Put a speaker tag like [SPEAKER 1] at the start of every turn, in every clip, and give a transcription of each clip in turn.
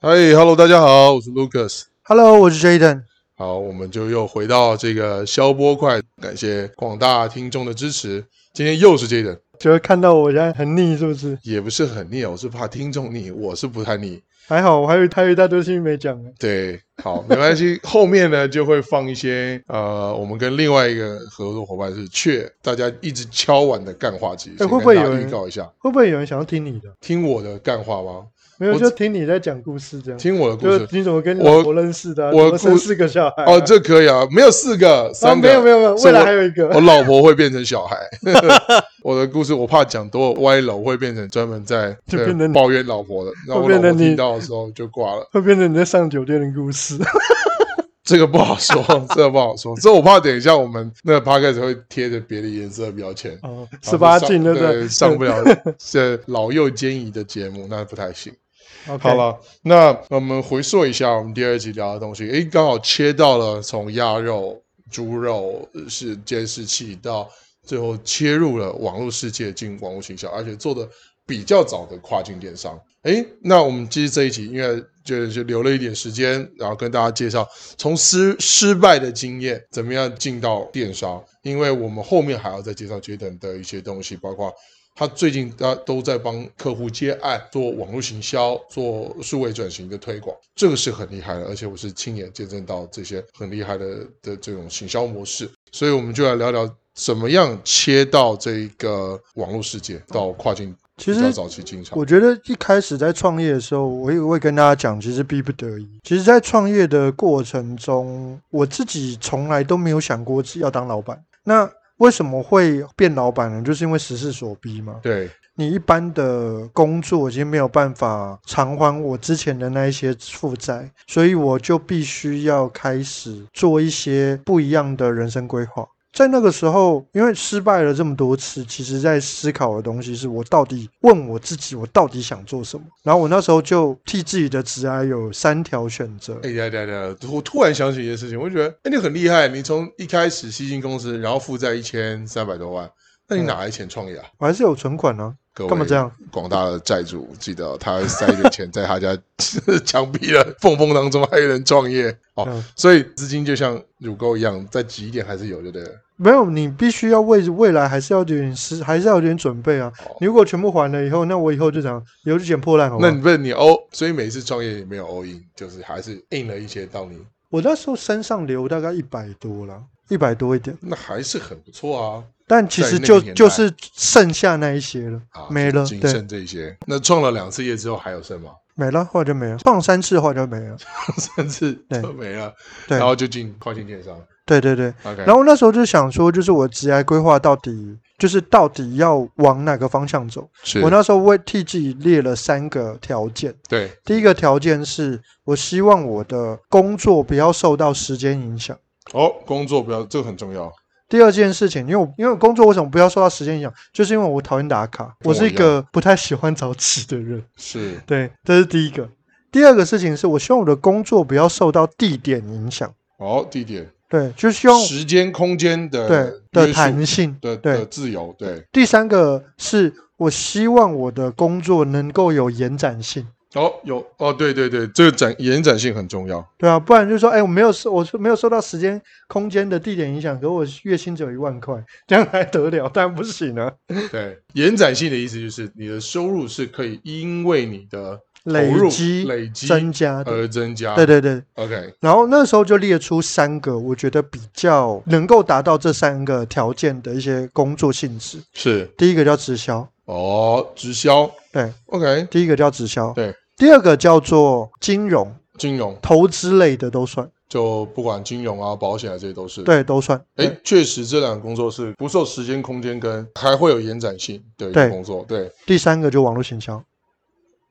[SPEAKER 1] 嗨，Hello，大家好，我是 Lucas。
[SPEAKER 2] Hello，我是 Jaden。
[SPEAKER 1] 好，我们就又回到这个消波块，感谢广大听众的支持。今天又是 Jaden，
[SPEAKER 2] 觉得看到我现在很腻，是不是？
[SPEAKER 1] 也不是很腻啊，我是怕听众腻，我是不太腻。
[SPEAKER 2] 还好，我还有还有一大堆事情没讲呢。
[SPEAKER 1] 对，好，没关 系。后面呢就会放一些呃，我们跟另外一个合作伙伴是雀，大家一直敲碗的干话集，
[SPEAKER 2] 哎
[SPEAKER 1] 先
[SPEAKER 2] 会不会
[SPEAKER 1] 跟大
[SPEAKER 2] 有
[SPEAKER 1] 家
[SPEAKER 2] 人
[SPEAKER 1] 预告一下？
[SPEAKER 2] 会不会有人想要听你的？
[SPEAKER 1] 听我的干话吗？
[SPEAKER 2] 没有，
[SPEAKER 1] 我
[SPEAKER 2] 就听你在讲故事这样。
[SPEAKER 1] 听我的故
[SPEAKER 2] 就
[SPEAKER 1] 事
[SPEAKER 2] 是。你怎么跟你
[SPEAKER 1] 我
[SPEAKER 2] 老婆认识的啊、
[SPEAKER 1] 我
[SPEAKER 2] 怎么生
[SPEAKER 1] 故
[SPEAKER 2] 四个小孩啊、
[SPEAKER 1] 哦，这可以啊，没有四个，
[SPEAKER 2] 啊
[SPEAKER 1] 三个，
[SPEAKER 2] 没有没有没有，
[SPEAKER 1] 是我
[SPEAKER 2] 未来还有一个
[SPEAKER 1] 我。老婆会变成小孩。 我的故事我怕讲多歪楼，会变成专门在
[SPEAKER 2] 就变成
[SPEAKER 1] 呃抱怨老婆的。然后我
[SPEAKER 2] 会
[SPEAKER 1] 老
[SPEAKER 2] 变
[SPEAKER 1] 婆
[SPEAKER 2] 成你
[SPEAKER 1] 听到的时候就挂了，
[SPEAKER 2] 会变成你在上酒店的故事，
[SPEAKER 1] 这个不好说， 这个不好说，这我怕等一下我们那个 podcast 会贴着别的颜色的标签。
[SPEAKER 2] 哦， 十八禁
[SPEAKER 1] 对
[SPEAKER 2] 对不对？
[SPEAKER 1] 上不了 这老幼皆宜的节目，那不太行。
[SPEAKER 2] OK
[SPEAKER 1] 好，了，那我们回溯一下我们第二集聊的东西。诶，刚好切到了从鸭肉、猪肉呃是监视器到最后切入了网络世界进网络行销，而且做的比较早的跨境电商。诶，那我们其实这一集因为就就留了一点时间，然后跟大家介绍从失失败的经验怎么样进到电商，因为我们后面还要再介绍 Jaden 的一些东西，包括他最近他都在帮客户接案，做网络行销，做数位转型的推广，这个是很厉害的，而且我是亲眼见证到这些很厉害的的这种行销模式，所以我们就来聊聊怎么样切到这一个网络世界，到跨境
[SPEAKER 2] 其
[SPEAKER 1] 比较
[SPEAKER 2] 实
[SPEAKER 1] 早期进场
[SPEAKER 2] 我，觉得一开始在创业的时候，我也会跟大家讲，其实逼不得已。其实，在创业的过程中，我自己从来都没有想过要当老板。那为什么会变老板呢？就是因为时势所逼嘛。
[SPEAKER 1] 对
[SPEAKER 2] 你一般的工作已经没有办法偿还我之前的那一些负债，所以我就必须要开始做一些不一样的人生规划。在那个时候，因为失败了这么多次，其实在思考的东西是我到底问我自己，我到底想做什么。然后我那时候就替自己的职涯有三条选择。
[SPEAKER 1] 哎呀呀呀！我突然想起一件事情，我就觉得，哎，你很厉害，你从一开始吸进公司，然后负债一千三百多万，那你
[SPEAKER 2] 嗯
[SPEAKER 1] 哪来钱创业啊？
[SPEAKER 2] 我还是有存款呢、
[SPEAKER 1] 各位
[SPEAKER 2] 干嘛这样？
[SPEAKER 1] 广大的债主，记得哦、他塞一点钱在他家 墙壁的缝缝当中，还有人创业哦，
[SPEAKER 2] 嗯
[SPEAKER 1] 所以资金就像乳沟一样，再挤一点还是有，对不对了？
[SPEAKER 2] 没有，你必须要为未来还是要有点思，还是要有点准备啊。
[SPEAKER 1] 哦
[SPEAKER 2] 你如果全部还了以后，那我以后就想以后就捡破烂好不啊
[SPEAKER 1] 那
[SPEAKER 2] 好
[SPEAKER 1] 你不是你欧，所以每次创业也没有欧赢，就是还是硬了一些到你，
[SPEAKER 2] 我那时候身上留大概一百多了，一百多一点，
[SPEAKER 1] 那还是很不错啊。
[SPEAKER 2] 但其
[SPEAKER 1] 在
[SPEAKER 2] 实
[SPEAKER 1] 那个
[SPEAKER 2] 就
[SPEAKER 1] 年代
[SPEAKER 2] 就是剩下那一些了，
[SPEAKER 1] 啊，
[SPEAKER 2] 没了，
[SPEAKER 1] 仅
[SPEAKER 2] 对，
[SPEAKER 1] 剩这些。那创了两次业之后还有剩吗？
[SPEAKER 2] 没了，后来就没了，放三次后来就没了，
[SPEAKER 1] 三次
[SPEAKER 2] 对
[SPEAKER 1] 就没了，
[SPEAKER 2] 对
[SPEAKER 1] 然后就进跨境电商。
[SPEAKER 2] 对对对。
[SPEAKER 1] OK，
[SPEAKER 2] 然后那时候就想说，就是我职业规划到底，就是到底要往哪个方向走？
[SPEAKER 1] 是
[SPEAKER 2] 我那时候为替自己列了三个条件，
[SPEAKER 1] 对
[SPEAKER 2] 第一个条件是我希望我的工作不要受到时间影响。
[SPEAKER 1] 哦，工作不要，这个很重要。
[SPEAKER 2] 第二件事情，因为我因为我工作为什么不要受到时间影响，就是因为我讨厌打卡，
[SPEAKER 1] 跟我
[SPEAKER 2] 我是一
[SPEAKER 1] 一
[SPEAKER 2] 个不太喜欢早起的人。
[SPEAKER 1] 是
[SPEAKER 2] 对，这是第一个。第二个事情是我希望我的工作不要受到地点影响，
[SPEAKER 1] 哦，地点。
[SPEAKER 2] 对，就希望
[SPEAKER 1] 时间、空间的
[SPEAKER 2] 对
[SPEAKER 1] 约
[SPEAKER 2] 的
[SPEAKER 1] 束
[SPEAKER 2] 弹性。
[SPEAKER 1] 的
[SPEAKER 2] 对
[SPEAKER 1] 的自由，对。
[SPEAKER 2] 第三个是我希望我的工作能够有延展性，
[SPEAKER 1] 哦，有哦，对对对，这个展延展性很重 要。
[SPEAKER 2] 对啊，不然就是说，哎，我没有受，我是没有受到时间、空间的地点影响，可我月薪只有一万块，这样还得了？当然不行啊，
[SPEAKER 1] 对，延展性的意思就是你的收入是可以因为你的
[SPEAKER 2] 累
[SPEAKER 1] 投入
[SPEAKER 2] 积
[SPEAKER 1] 累积呃
[SPEAKER 2] 增加的，
[SPEAKER 1] 而增加。
[SPEAKER 2] 啊对对对，
[SPEAKER 1] ，OK，
[SPEAKER 2] 然后那时候就列出三个我觉得比较能够达到这三个条件的一些工作性质。
[SPEAKER 1] 是
[SPEAKER 2] 第一个叫直销，
[SPEAKER 1] 哦，直销
[SPEAKER 2] 对，
[SPEAKER 1] ，OK，
[SPEAKER 2] 第一个叫直销，
[SPEAKER 1] 对。
[SPEAKER 2] 第二个叫做金融、
[SPEAKER 1] 金融
[SPEAKER 2] 投资类的都算，
[SPEAKER 1] 就不管金融啊、保险啊这些都是。，
[SPEAKER 2] 对，都算。
[SPEAKER 1] 哎，确实这两个工作是不受时间、空间跟还会有延展性的一个
[SPEAKER 2] 对
[SPEAKER 1] 工作。对，
[SPEAKER 2] 第三个就网络行销。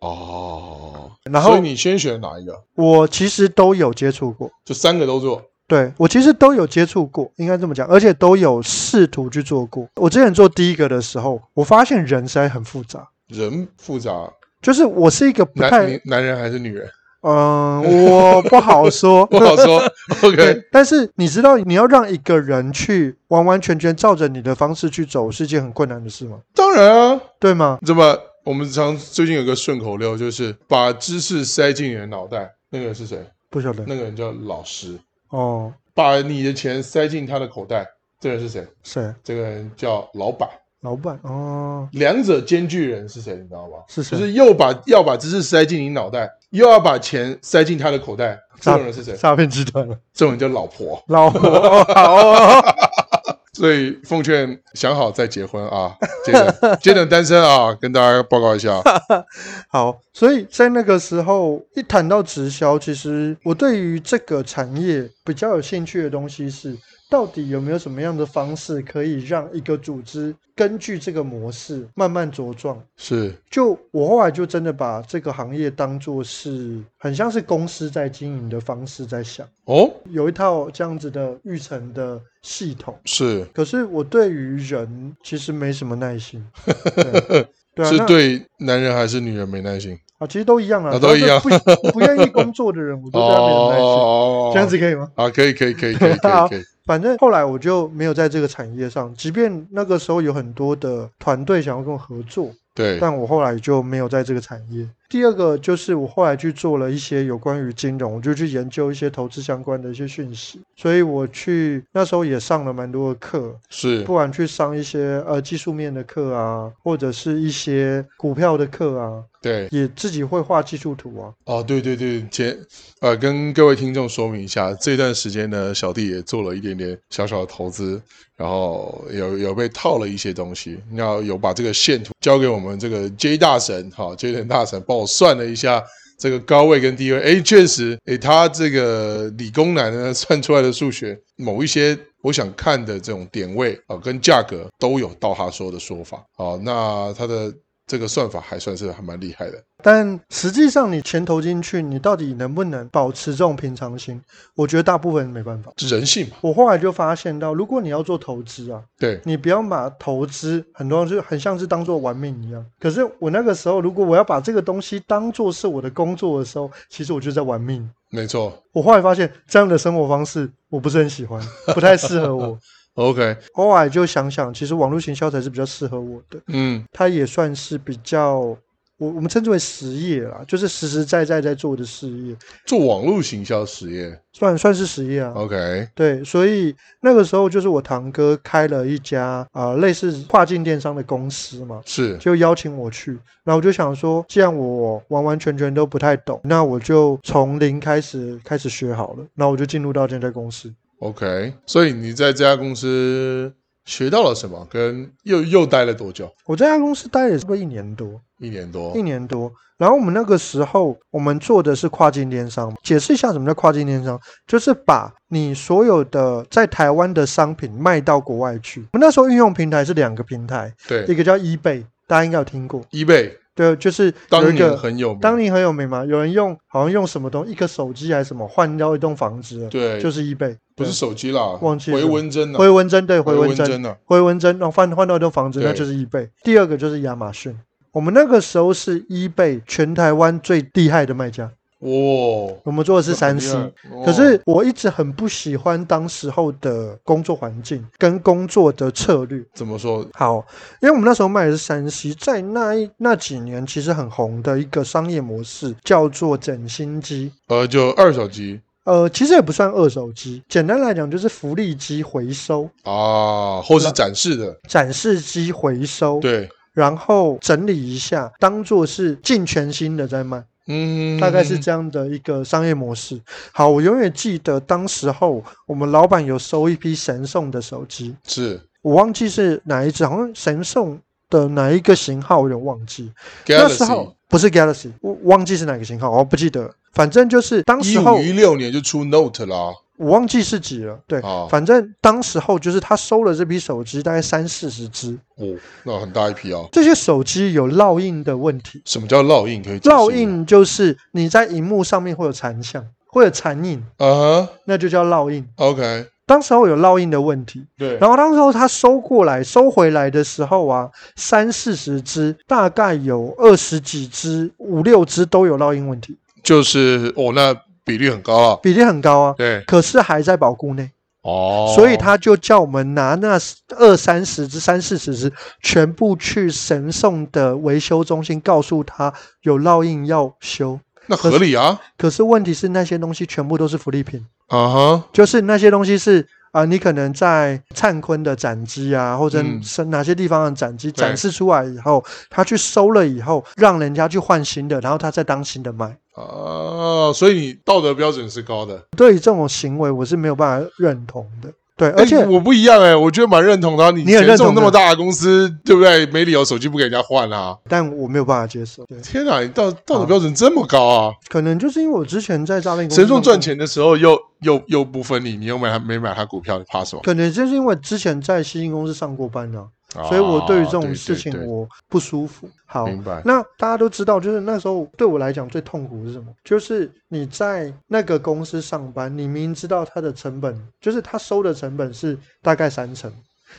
[SPEAKER 1] 哦，
[SPEAKER 2] 然
[SPEAKER 1] 所以
[SPEAKER 2] 后
[SPEAKER 1] 你先选哪一个？
[SPEAKER 2] 我其实都有接触过，
[SPEAKER 1] 就三个都做。
[SPEAKER 2] 对我其实都有接触过，应该这么讲，而且都有试图去做过。我之前做第一个的时候，我发现人实在很复杂，
[SPEAKER 1] 人复杂，
[SPEAKER 2] 就是我是一个不
[SPEAKER 1] 男
[SPEAKER 2] 太
[SPEAKER 1] 你男人还是女人？。
[SPEAKER 2] 嗯，我不好说
[SPEAKER 1] 不好说。OK，
[SPEAKER 2] 对，但是你知道，你要让一个人去完完全全照着你的方式去走，是一件很困难的事吗？
[SPEAKER 1] 当然啊，
[SPEAKER 2] 对吗？
[SPEAKER 1] 怎么我们常最近有个顺口溜，就是把知识塞进你的脑袋。那个人是谁？
[SPEAKER 2] 不晓得
[SPEAKER 1] 那个人叫老师。
[SPEAKER 2] 哦，
[SPEAKER 1] 把你的钱塞进他的口袋，这个人是谁？
[SPEAKER 2] 谁？
[SPEAKER 1] 这个人叫老板。
[SPEAKER 2] 老板哦，
[SPEAKER 1] 两者兼具人是谁？你知道吗？
[SPEAKER 2] 是
[SPEAKER 1] 就
[SPEAKER 2] 谁？
[SPEAKER 1] 是又把要把知识塞进你脑袋，又要把钱塞进他的口袋。这种人是谁？
[SPEAKER 2] 诈骗集团了，
[SPEAKER 1] 这种人叫老婆。
[SPEAKER 2] 老婆哦，好哦，
[SPEAKER 1] 所以奉劝想好再结婚啊，接着接着单身啊，跟大家报告一 下。
[SPEAKER 2] 好。所以在那个时候，一谈到直销，其实我对于这个产业比较有兴趣的东西是，到底有没有什么样的方式可以让一个组织根据这个模式慢慢茁壮？
[SPEAKER 1] 是
[SPEAKER 2] 就我后来就真的把这个行业当做是很像是公司在经营的方式在想，
[SPEAKER 1] 哦，
[SPEAKER 2] 有一套这样子的育成的系统。
[SPEAKER 1] 是
[SPEAKER 2] 可是我对于人其实没什么 耐心，对对啊，
[SPEAKER 1] 是
[SPEAKER 2] 那
[SPEAKER 1] 对男人还是女人没耐心？
[SPEAKER 2] 啊，其实都一样啊，
[SPEAKER 1] 啊都一样
[SPEAKER 2] 只要是不不愿意工作的人，我都对他没有耐 心。
[SPEAKER 1] 哦
[SPEAKER 2] 这样子可以吗？
[SPEAKER 1] 啊，可以可以可以可以可以可以，
[SPEAKER 2] 反正后来我就没有在这个产业上，即便那个时候有很多的团队想要跟我合作，
[SPEAKER 1] 对，
[SPEAKER 2] 但我后来就没有在这个产业。第二个就是我后来去做了一些有关于金融，我就去研究一些投资相关的一些讯息，所以我去那时候也上了蛮多的课，
[SPEAKER 1] 是
[SPEAKER 2] 不管去上一些呃技术面的课啊，或者是一些股票的课啊，
[SPEAKER 1] 对
[SPEAKER 2] 也自己会画技术图啊。
[SPEAKER 1] 哦，对对对，前呃，跟各位听众说明一下，这段时间呢，小弟也做了一点点小小的投资，然后有有被套了一些东西，那有把这个线图交给我们这个 J 大神，好、j 人大神帮我算了一下。这个高位跟低位，诶，确实，诶，他这个理工男呢 算出来的数学，某一些我想看的这种点位啊、跟价格都有到他说的说法啊、那他的这个算法还算是还蛮厉害的。
[SPEAKER 2] 但实际上，你钱投进去，你到底能不能保持这种平常心？我觉得大部分人没办法。
[SPEAKER 1] 人性嘛，
[SPEAKER 2] 我后来就发现到，如果你要做投资啊，
[SPEAKER 1] 对，
[SPEAKER 2] 你不要把投资很多就很像是当做玩命一样。可是我那个时候，如果我要把这个东西当做是我的工作的时候，其实我就在玩命。
[SPEAKER 1] 没错。
[SPEAKER 2] 我后来发现这样的生活方式我不是很喜欢，不太适合我。
[SPEAKER 1] OK，
[SPEAKER 2] 后来就想想，其实网络行销才是比较适合我的，
[SPEAKER 1] 嗯，
[SPEAKER 2] 它也算是比较我我们称之为实业啦，就是实实在在在做的事业，
[SPEAKER 1] 做网络行销实业
[SPEAKER 2] 算算是实业啊。
[SPEAKER 1] ，OK，
[SPEAKER 2] 对，所以那个时候就是我堂哥开了一家啊、呃类似跨境电商的公司嘛，
[SPEAKER 1] 是
[SPEAKER 2] 就邀请我去。然后我就想说，既然我完完全全都不太懂，那我就从零开始开始学好了。那我就进入到这家公司。
[SPEAKER 1] OK。所以你在这家公司学到了什么？跟又又待了多久？
[SPEAKER 2] 我在这家公司待了差不多一年多，
[SPEAKER 1] 一年多
[SPEAKER 2] 一。年多。然后我们那个时候，我们做的是跨境电商。解释一下什么叫跨境电商，就是把你所有的在台湾的商品卖到国外去。我们那时候运用平台是两个平台，一
[SPEAKER 1] 对
[SPEAKER 2] 个叫 eBay，大家应该有听过，
[SPEAKER 1] ，eBay
[SPEAKER 2] 对，就是有
[SPEAKER 1] 当
[SPEAKER 2] 一
[SPEAKER 1] 年
[SPEAKER 2] 个
[SPEAKER 1] 很有名，
[SPEAKER 2] 当年很有名嘛，有人用好像用什么东西，一个手机还是什么换掉一栋房子了，
[SPEAKER 1] 对，
[SPEAKER 2] 就是是 eBay，
[SPEAKER 1] 不是
[SPEAKER 2] 对
[SPEAKER 1] 手机啦，
[SPEAKER 2] 忘记了
[SPEAKER 1] 回纹针啊，
[SPEAKER 2] 回纹针，对，回
[SPEAKER 1] 回
[SPEAKER 2] 纹针，
[SPEAKER 1] 针啊，
[SPEAKER 2] 回纹针，然后换换到一栋房子，
[SPEAKER 1] 对
[SPEAKER 2] 那就是 eBay。第二个就是亚马逊，我们那个时候是 eBay 全台湾最厉害的卖家，
[SPEAKER 1] 哇，
[SPEAKER 2] 我们做的是三 C。
[SPEAKER 1] 哦
[SPEAKER 2] 可是我一直很不喜欢当时候的工作环境跟工作的策略。
[SPEAKER 1] 怎么说？
[SPEAKER 2] 好，因为我们那时候卖的是山西，在那一那几年其实很红的一个商业模式叫做整新机。
[SPEAKER 1] 呃，就二手机
[SPEAKER 2] 呃，其实也不算二手机，简单来讲就是福利机回收、
[SPEAKER 1] 啊，或是展示的，
[SPEAKER 2] 展示机回收，
[SPEAKER 1] 对，
[SPEAKER 2] 然后整理一下，当做是尽全新的在卖，
[SPEAKER 1] 嗯，
[SPEAKER 2] 大概是这样的一个商业模式。好，我永远记得当时候我们老板有收一批神送的手机，
[SPEAKER 1] 是
[SPEAKER 2] 我忘记是哪一只，好像神送的哪一个型号，我有点忘记。那时候
[SPEAKER 1] Galaxy，
[SPEAKER 2] 不是 Galaxy，我忘记是哪个型号，我不记得了。反正就是当
[SPEAKER 1] 一
[SPEAKER 2] 时
[SPEAKER 1] 五
[SPEAKER 2] 候
[SPEAKER 1] 一六年就出 Note 啦，
[SPEAKER 2] 我忘记是几了，对，
[SPEAKER 1] 哦
[SPEAKER 2] 反正当时候就是他收了这批手机，大概三四十只。
[SPEAKER 1] 哦，那很大一批哦。
[SPEAKER 2] 这些手机有烙印的问题，
[SPEAKER 1] 什么叫烙印？可以解释
[SPEAKER 2] 烙
[SPEAKER 1] 吗
[SPEAKER 2] 印就是你在荧幕上面会有残像，会有残影，
[SPEAKER 1] 啊哈
[SPEAKER 2] 那就叫烙印。
[SPEAKER 1] ，OK，
[SPEAKER 2] 当时候有烙印的问题，
[SPEAKER 1] 对，
[SPEAKER 2] 然后当时候他收过来、收回来的时候啊，三四十只，大概有二十几只、五六只都有烙印问题。
[SPEAKER 1] 就是哦，那比率很高啊。
[SPEAKER 2] 比例很高啊，
[SPEAKER 1] 对，
[SPEAKER 2] 可是还在保固内，
[SPEAKER 1] 哦，
[SPEAKER 2] 所以他就叫我们拿那二三十只、三四十只全部去神送的维修中心，告诉他有烙印要修。
[SPEAKER 1] 那合理啊，
[SPEAKER 2] 可是问题是那些东西全部都是福利品，
[SPEAKER 1] 啊哈，
[SPEAKER 2] 就是那些东西是啊、你可能在灿坤的展机啊，或者
[SPEAKER 1] 嗯
[SPEAKER 2] 是哪些地方的展机
[SPEAKER 1] 对
[SPEAKER 2] 展示出来以后，他去收了以后，让人家去换新的，然后他再当新的卖。
[SPEAKER 1] 啊，所以你道德标准是高的，
[SPEAKER 2] 对于这种行为，我是没有办法认同的。对，而且
[SPEAKER 1] 哎我不一样哎、我觉得蛮认同的啊。你
[SPEAKER 2] 你也
[SPEAKER 1] 钱
[SPEAKER 2] 认同
[SPEAKER 1] 送那么
[SPEAKER 2] 的
[SPEAKER 1] 大的公司，对不对？没理由手机不给人家换啊！
[SPEAKER 2] 但我没有办法接受。对，
[SPEAKER 1] 天哪，你道道德
[SPEAKER 2] 啊
[SPEAKER 1] 标准这么高啊！
[SPEAKER 2] 可能就是因为我之前在诈骗公司
[SPEAKER 1] 神送
[SPEAKER 2] 上
[SPEAKER 1] 赚
[SPEAKER 2] 班，
[SPEAKER 1] 钱的时候又又又不分你，你又买他没买他股票，你怕什么？
[SPEAKER 2] 可能就是因为之前在新兴公司上过班呢、所以我对于这
[SPEAKER 1] 啊
[SPEAKER 2] 种事情
[SPEAKER 1] 对对对
[SPEAKER 2] 我不舒服。好，
[SPEAKER 1] 明白
[SPEAKER 2] 那大家都知道，就是那时候对我来讲最痛苦是什么？就是你在那个公司上班，你明知道它的成本，就是他收的成本是大概三成。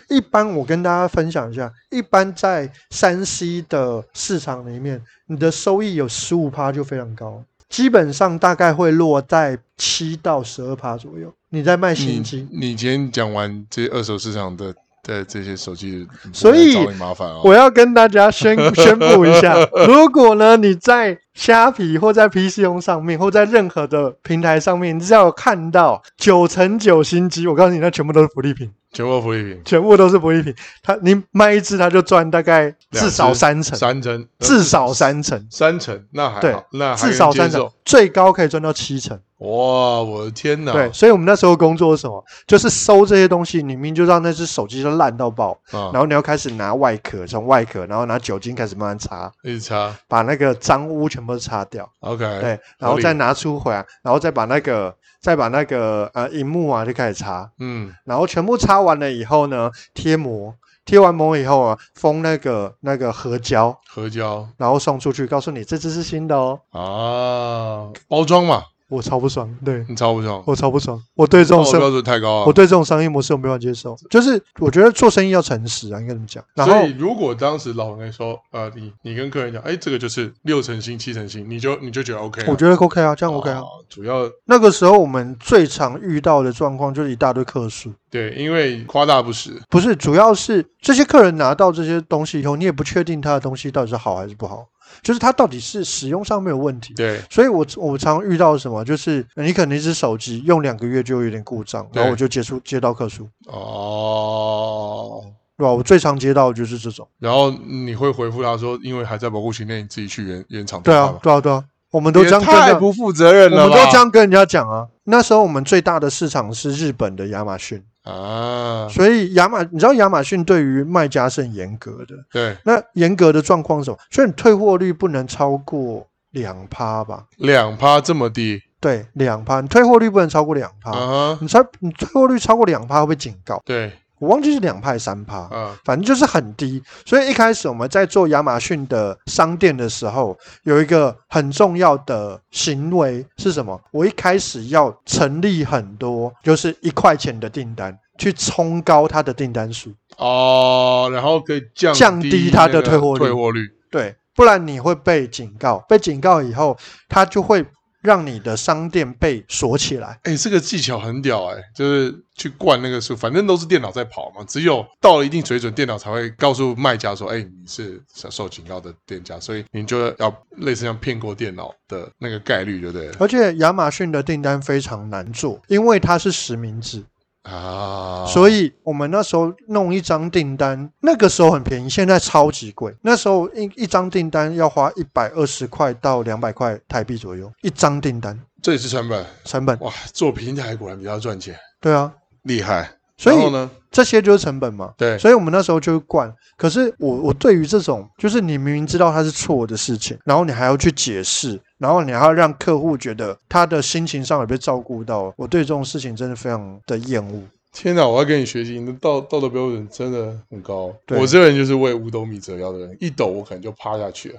[SPEAKER 2] 一般我跟大家分享一下，一般在山西的市场里面，你的收益有十五趴就非常高，基本上大概会落在七到十二趴左右。你在卖
[SPEAKER 1] 你
[SPEAKER 2] 新机，
[SPEAKER 1] 你今天讲完这些二手市场的的这些手机，不会
[SPEAKER 2] 所以
[SPEAKER 1] 找你麻烦哦。
[SPEAKER 2] 我要跟大 家宣宣布一下，如果呢你在虾皮或在 PC 用上面，或在任何的平台上面，你只要有看到九成九新机，我告诉你，那全部都是福利品，
[SPEAKER 1] 全国福利品
[SPEAKER 2] 全部都是福利品。他你卖一只，他就赚大概
[SPEAKER 1] 两
[SPEAKER 2] 至少
[SPEAKER 1] 只
[SPEAKER 2] 三成，
[SPEAKER 1] 三成，
[SPEAKER 2] 至少三成，
[SPEAKER 1] 三成，那还
[SPEAKER 2] 对
[SPEAKER 1] 好，那还
[SPEAKER 2] 至少
[SPEAKER 1] 能接
[SPEAKER 2] 三成
[SPEAKER 1] 受。，啊
[SPEAKER 2] 最高可以赚到七成。
[SPEAKER 1] 哇，我的天哪！
[SPEAKER 2] 对，所以我们那时候工作是什么？就是收这些东西，你明明就让那只手机就烂到爆，
[SPEAKER 1] 啊，
[SPEAKER 2] 然后你要开始拿外壳，从外壳，然后拿酒精开始慢慢擦。
[SPEAKER 1] 一直插
[SPEAKER 2] 把那个脏污全部都擦掉，
[SPEAKER 1] ，OK，
[SPEAKER 2] 对，然后
[SPEAKER 1] 哎理
[SPEAKER 2] 再拿出回来，然后再把那个再把那个呃荧幕啊就开始擦，
[SPEAKER 1] 嗯，
[SPEAKER 2] 然后全部擦完了以后呢，贴膜，贴完膜以后啊，封那个那个合胶，
[SPEAKER 1] 合胶
[SPEAKER 2] 然后送出去，告诉你这只是新的哦，
[SPEAKER 1] 啊，包装嘛，
[SPEAKER 2] 我超不爽，对
[SPEAKER 1] 你超不中，
[SPEAKER 2] 我超不爽，我对这
[SPEAKER 1] 道德
[SPEAKER 2] 种生
[SPEAKER 1] 标准太高
[SPEAKER 2] 我
[SPEAKER 1] 啊。
[SPEAKER 2] 对这种商业模式我没办法接受，就是我觉得做生意要诚实啊，应该怎么讲？然
[SPEAKER 1] 所
[SPEAKER 2] 后
[SPEAKER 1] 以，如果当时老王说，呃，你你跟客人讲，哎，这个就是六成新、七成新，你就你就觉得 OK，了
[SPEAKER 2] 我觉得 OK 啊，这样 OK 啊。
[SPEAKER 1] 哦主要
[SPEAKER 2] 那个时候我们最常遇到的状况就是一大堆客诉，
[SPEAKER 1] 对，因为夸大不实，
[SPEAKER 2] 不是，主要是这些客人拿到这些东西以后，你也不确定他的东西到底是好还是不好，就是他到底是使用上没有问题。
[SPEAKER 1] 对，
[SPEAKER 2] 所以我我常遇到什么，就是你可能一只手机用两个月就有点故障，
[SPEAKER 1] 对
[SPEAKER 2] 然后我就接触接到客诉，
[SPEAKER 1] 哦。
[SPEAKER 2] 对吧？我最常接到的就是这种。
[SPEAKER 1] 然后你会回复他说，因为还在保护期内，你自己去原原厂
[SPEAKER 2] 对
[SPEAKER 1] 调
[SPEAKER 2] 啊
[SPEAKER 1] 吧，
[SPEAKER 2] 对啊，对啊，我们都这样
[SPEAKER 1] 也
[SPEAKER 2] 跟
[SPEAKER 1] 太
[SPEAKER 2] 着，
[SPEAKER 1] 不负责任
[SPEAKER 2] 我
[SPEAKER 1] 了
[SPEAKER 2] 们
[SPEAKER 1] 吧？
[SPEAKER 2] 都这样跟人家讲啊。那时候我们最大的市场是日本的亚马逊，
[SPEAKER 1] 啊，
[SPEAKER 2] 所以亚马你知道亚马逊对于卖家是很严格的，
[SPEAKER 1] 对，
[SPEAKER 2] 那严格的状况是什么？所以你退货率不能超过两趴吧？
[SPEAKER 1] 两趴这么低
[SPEAKER 2] 对，两趴，你退货率不能超过两趴。
[SPEAKER 1] 啊哈，
[SPEAKER 2] 你超你退货率超过两趴会被警告，
[SPEAKER 1] 对
[SPEAKER 2] 我忘记是两趴还是三趴，
[SPEAKER 1] 啊，
[SPEAKER 2] 反正就是很低。所以一开始我们在做亚马逊的商店的时候，有一个很重要的行为是什么？我一开始要成立很多，就是一块钱的订单。去冲高它的订单数，
[SPEAKER 1] 哦，然后可以降
[SPEAKER 2] 降低它的
[SPEAKER 1] 那个
[SPEAKER 2] 退货率
[SPEAKER 1] 退货率，
[SPEAKER 2] 对，不然你会被警告。被警告以后，它就会让你的商店被锁起来。
[SPEAKER 1] 哎，这个技巧很屌哎，就是去灌那个数，反正都是电脑在跑嘛，只有到了一定水准，电脑才会告诉卖家说，哎，你是受警告的店家，所以你就要类似像骗过电脑的那个概率，对不对了？
[SPEAKER 2] 而且亚马逊的订单非常难做，因为它是实名制，
[SPEAKER 1] 啊，
[SPEAKER 2] 所以我们那时候弄一张订单，那个时候很便宜，现在超级贵。那时候一一张订单要花一百二十块到两百块台币左右，一张订单
[SPEAKER 1] 这也是成本
[SPEAKER 2] 成本。
[SPEAKER 1] 哇，做平台果然比较赚钱，
[SPEAKER 2] 对啊，
[SPEAKER 1] 厉害。
[SPEAKER 2] 所以
[SPEAKER 1] 然后呢？
[SPEAKER 2] 这些就是成本嘛。
[SPEAKER 1] 对，
[SPEAKER 2] 所以我们那时候就灌。可是我我对于这种，就是你明明知道它是错的事情，然后你还要去解释，然后你还要让客户觉得他的心情上也被照顾到，我对这种事情真的非常的厌恶。
[SPEAKER 1] 天哪！我要跟你学习，你的道道德标准真的很高。
[SPEAKER 2] 对
[SPEAKER 1] 我这个人就是为五斗米折腰的人，一抖我可能就趴下去了。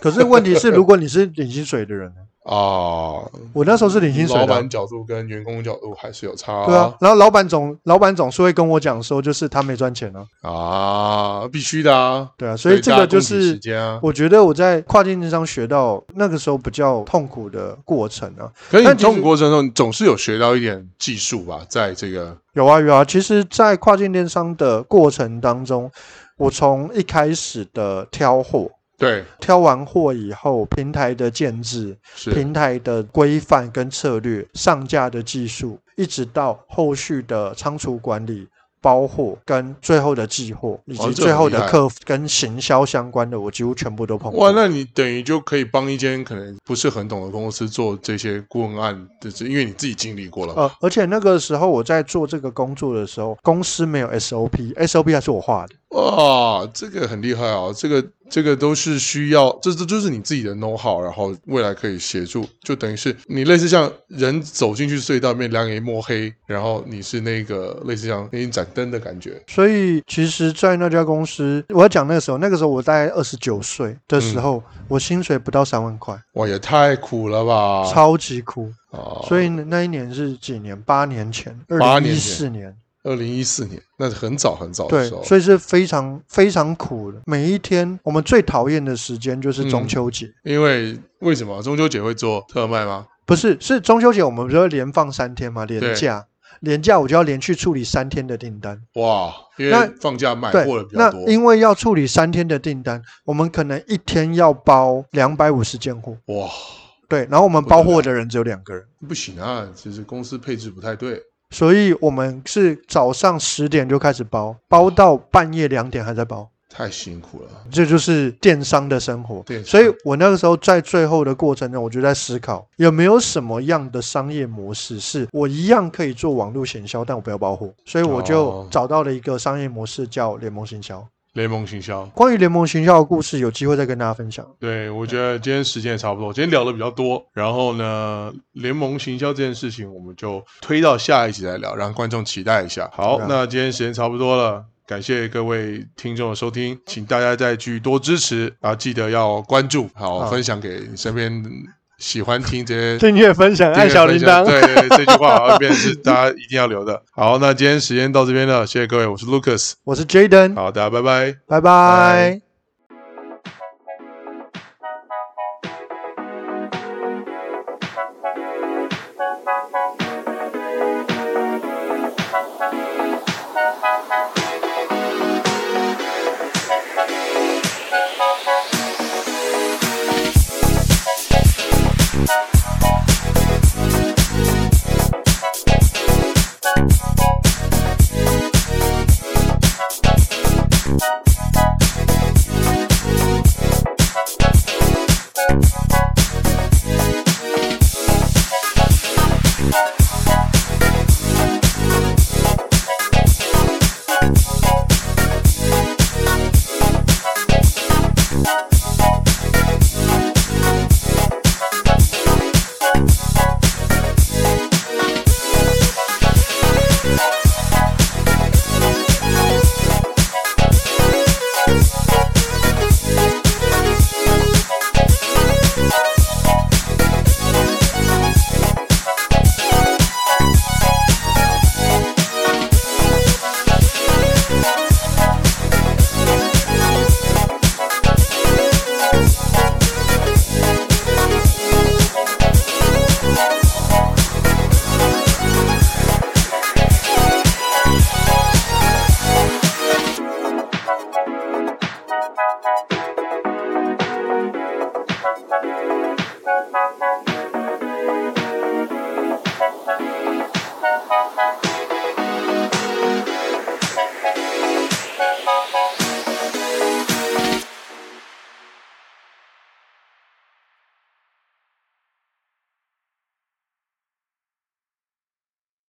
[SPEAKER 2] 可是问题 是，如果你是领薪水的人呢，
[SPEAKER 1] 啊，
[SPEAKER 2] 我那时候是领薪水
[SPEAKER 1] 老
[SPEAKER 2] 的啊、
[SPEAKER 1] 板角度跟员工角度还是有差、
[SPEAKER 2] 对啊，然后老板总老板总是会跟我讲说，就是他没赚钱啊，
[SPEAKER 1] 啊，必须的啊。
[SPEAKER 2] 对啊，所以这个就
[SPEAKER 1] 大家共体时
[SPEAKER 2] 是
[SPEAKER 1] 间啊。
[SPEAKER 2] 我觉得我在跨境电商学到那个时候比较痛苦的过程啊。
[SPEAKER 1] 可是
[SPEAKER 2] 但
[SPEAKER 1] 你
[SPEAKER 2] 其实
[SPEAKER 1] 中国程中，你总是有学到一点技术吧，在这个
[SPEAKER 2] 有啊有啊，其实，在跨境电商的过程当中，我从一开始的挑货，
[SPEAKER 1] 对
[SPEAKER 2] 挑完货以后，平台的建制、
[SPEAKER 1] 是
[SPEAKER 2] 平台的规范跟策略、上架的技术，一直到后续的仓储管理。包货跟最后的寄货，以
[SPEAKER 1] 哇哦这
[SPEAKER 2] 及
[SPEAKER 1] 很
[SPEAKER 2] 最后
[SPEAKER 1] 厉
[SPEAKER 2] 的
[SPEAKER 1] 害
[SPEAKER 2] 客服跟行销相关的，我几乎全部都碰过。
[SPEAKER 1] 哇，那你等于就可以帮一间可能不是很懂的公司做这些顾问案，就是因为你自己经历过了嘛。
[SPEAKER 2] 呃，而且那个时候我在做这个工作的时候，公司没有 SOP，SOP 还是我画的。
[SPEAKER 1] 哇，这个很厉害啊！这个这个都是需要，这这就是你自己的 know how，然后未来可以协助，就等于是你类似像人走进去隧道里面，两眼一摸黑，然后你是那个类似像那一盏灯的感觉。
[SPEAKER 2] 所以其实，在那家公司，我要讲那个时候，那个时候我大概二十九岁的时候，
[SPEAKER 1] 嗯
[SPEAKER 2] 我薪水不到三万块，
[SPEAKER 1] 哇，也太苦了吧！
[SPEAKER 2] 超级苦。
[SPEAKER 1] 啊，
[SPEAKER 2] 所以那一年是几年？八年前，
[SPEAKER 1] 八
[SPEAKER 2] 二零
[SPEAKER 1] 年
[SPEAKER 2] 一
[SPEAKER 1] 前
[SPEAKER 2] 四年，
[SPEAKER 1] 二零一四年，哦那是很早很早的
[SPEAKER 2] 对
[SPEAKER 1] 时候，
[SPEAKER 2] 所以是非常非常苦的。每一天，我们最讨厌的时间就是中秋节，
[SPEAKER 1] 因为为什么中秋节会做特卖吗？
[SPEAKER 2] 不是是中秋节，我们不是会连放三天吗？
[SPEAKER 1] 对
[SPEAKER 2] 连假，连假我就要连续处理三天的订单。
[SPEAKER 1] 哇，因
[SPEAKER 2] 那
[SPEAKER 1] 为放假买
[SPEAKER 2] 对
[SPEAKER 1] 货哎的，比较
[SPEAKER 2] 那
[SPEAKER 1] 多。
[SPEAKER 2] 因为要处理三天的订单，我们可能一天要包两百五十件货，
[SPEAKER 1] 哇，
[SPEAKER 2] 对，然后我们包货的人只有两个人，
[SPEAKER 1] 不行啊，其实公司配置不太对。
[SPEAKER 2] 所以我们是早上十点就开始包，包到半夜两点还在包，
[SPEAKER 1] 太辛苦了，
[SPEAKER 2] 这就是电商的生活
[SPEAKER 1] 电。商
[SPEAKER 2] 所以我那个时候在最后的过程中，我就在思考有没有什么样的商业模式是我一样可以做网络行销，但我不要包货，所以我就
[SPEAKER 1] 哦
[SPEAKER 2] 找到了一个商业模式叫联盟行销。
[SPEAKER 1] 联盟行销。
[SPEAKER 2] 关于联盟行销的故事，有机会再跟大家分享。
[SPEAKER 1] 对，我觉得今天时间也差不多，今天聊的比较多。然后呢，联盟行销这件事情，我们就推到下一集来聊，让观众期待一下。好，
[SPEAKER 2] 对啊
[SPEAKER 1] 那今天时间差不多了。感谢各位听众的收听，请大家再去多支持，然后记得要关注，好，
[SPEAKER 2] 好
[SPEAKER 1] 分享给你身边喜欢听这些
[SPEAKER 2] 订阅、分享、按小铃铛。
[SPEAKER 1] 对对对，这句话好像变成是大家一定要留的。好，那今天时间到这边了，谢谢各位，我是 Lucas，
[SPEAKER 2] 我是 Jaden，
[SPEAKER 1] 好，大家拜拜。
[SPEAKER 2] 拜拜。
[SPEAKER 1] 拜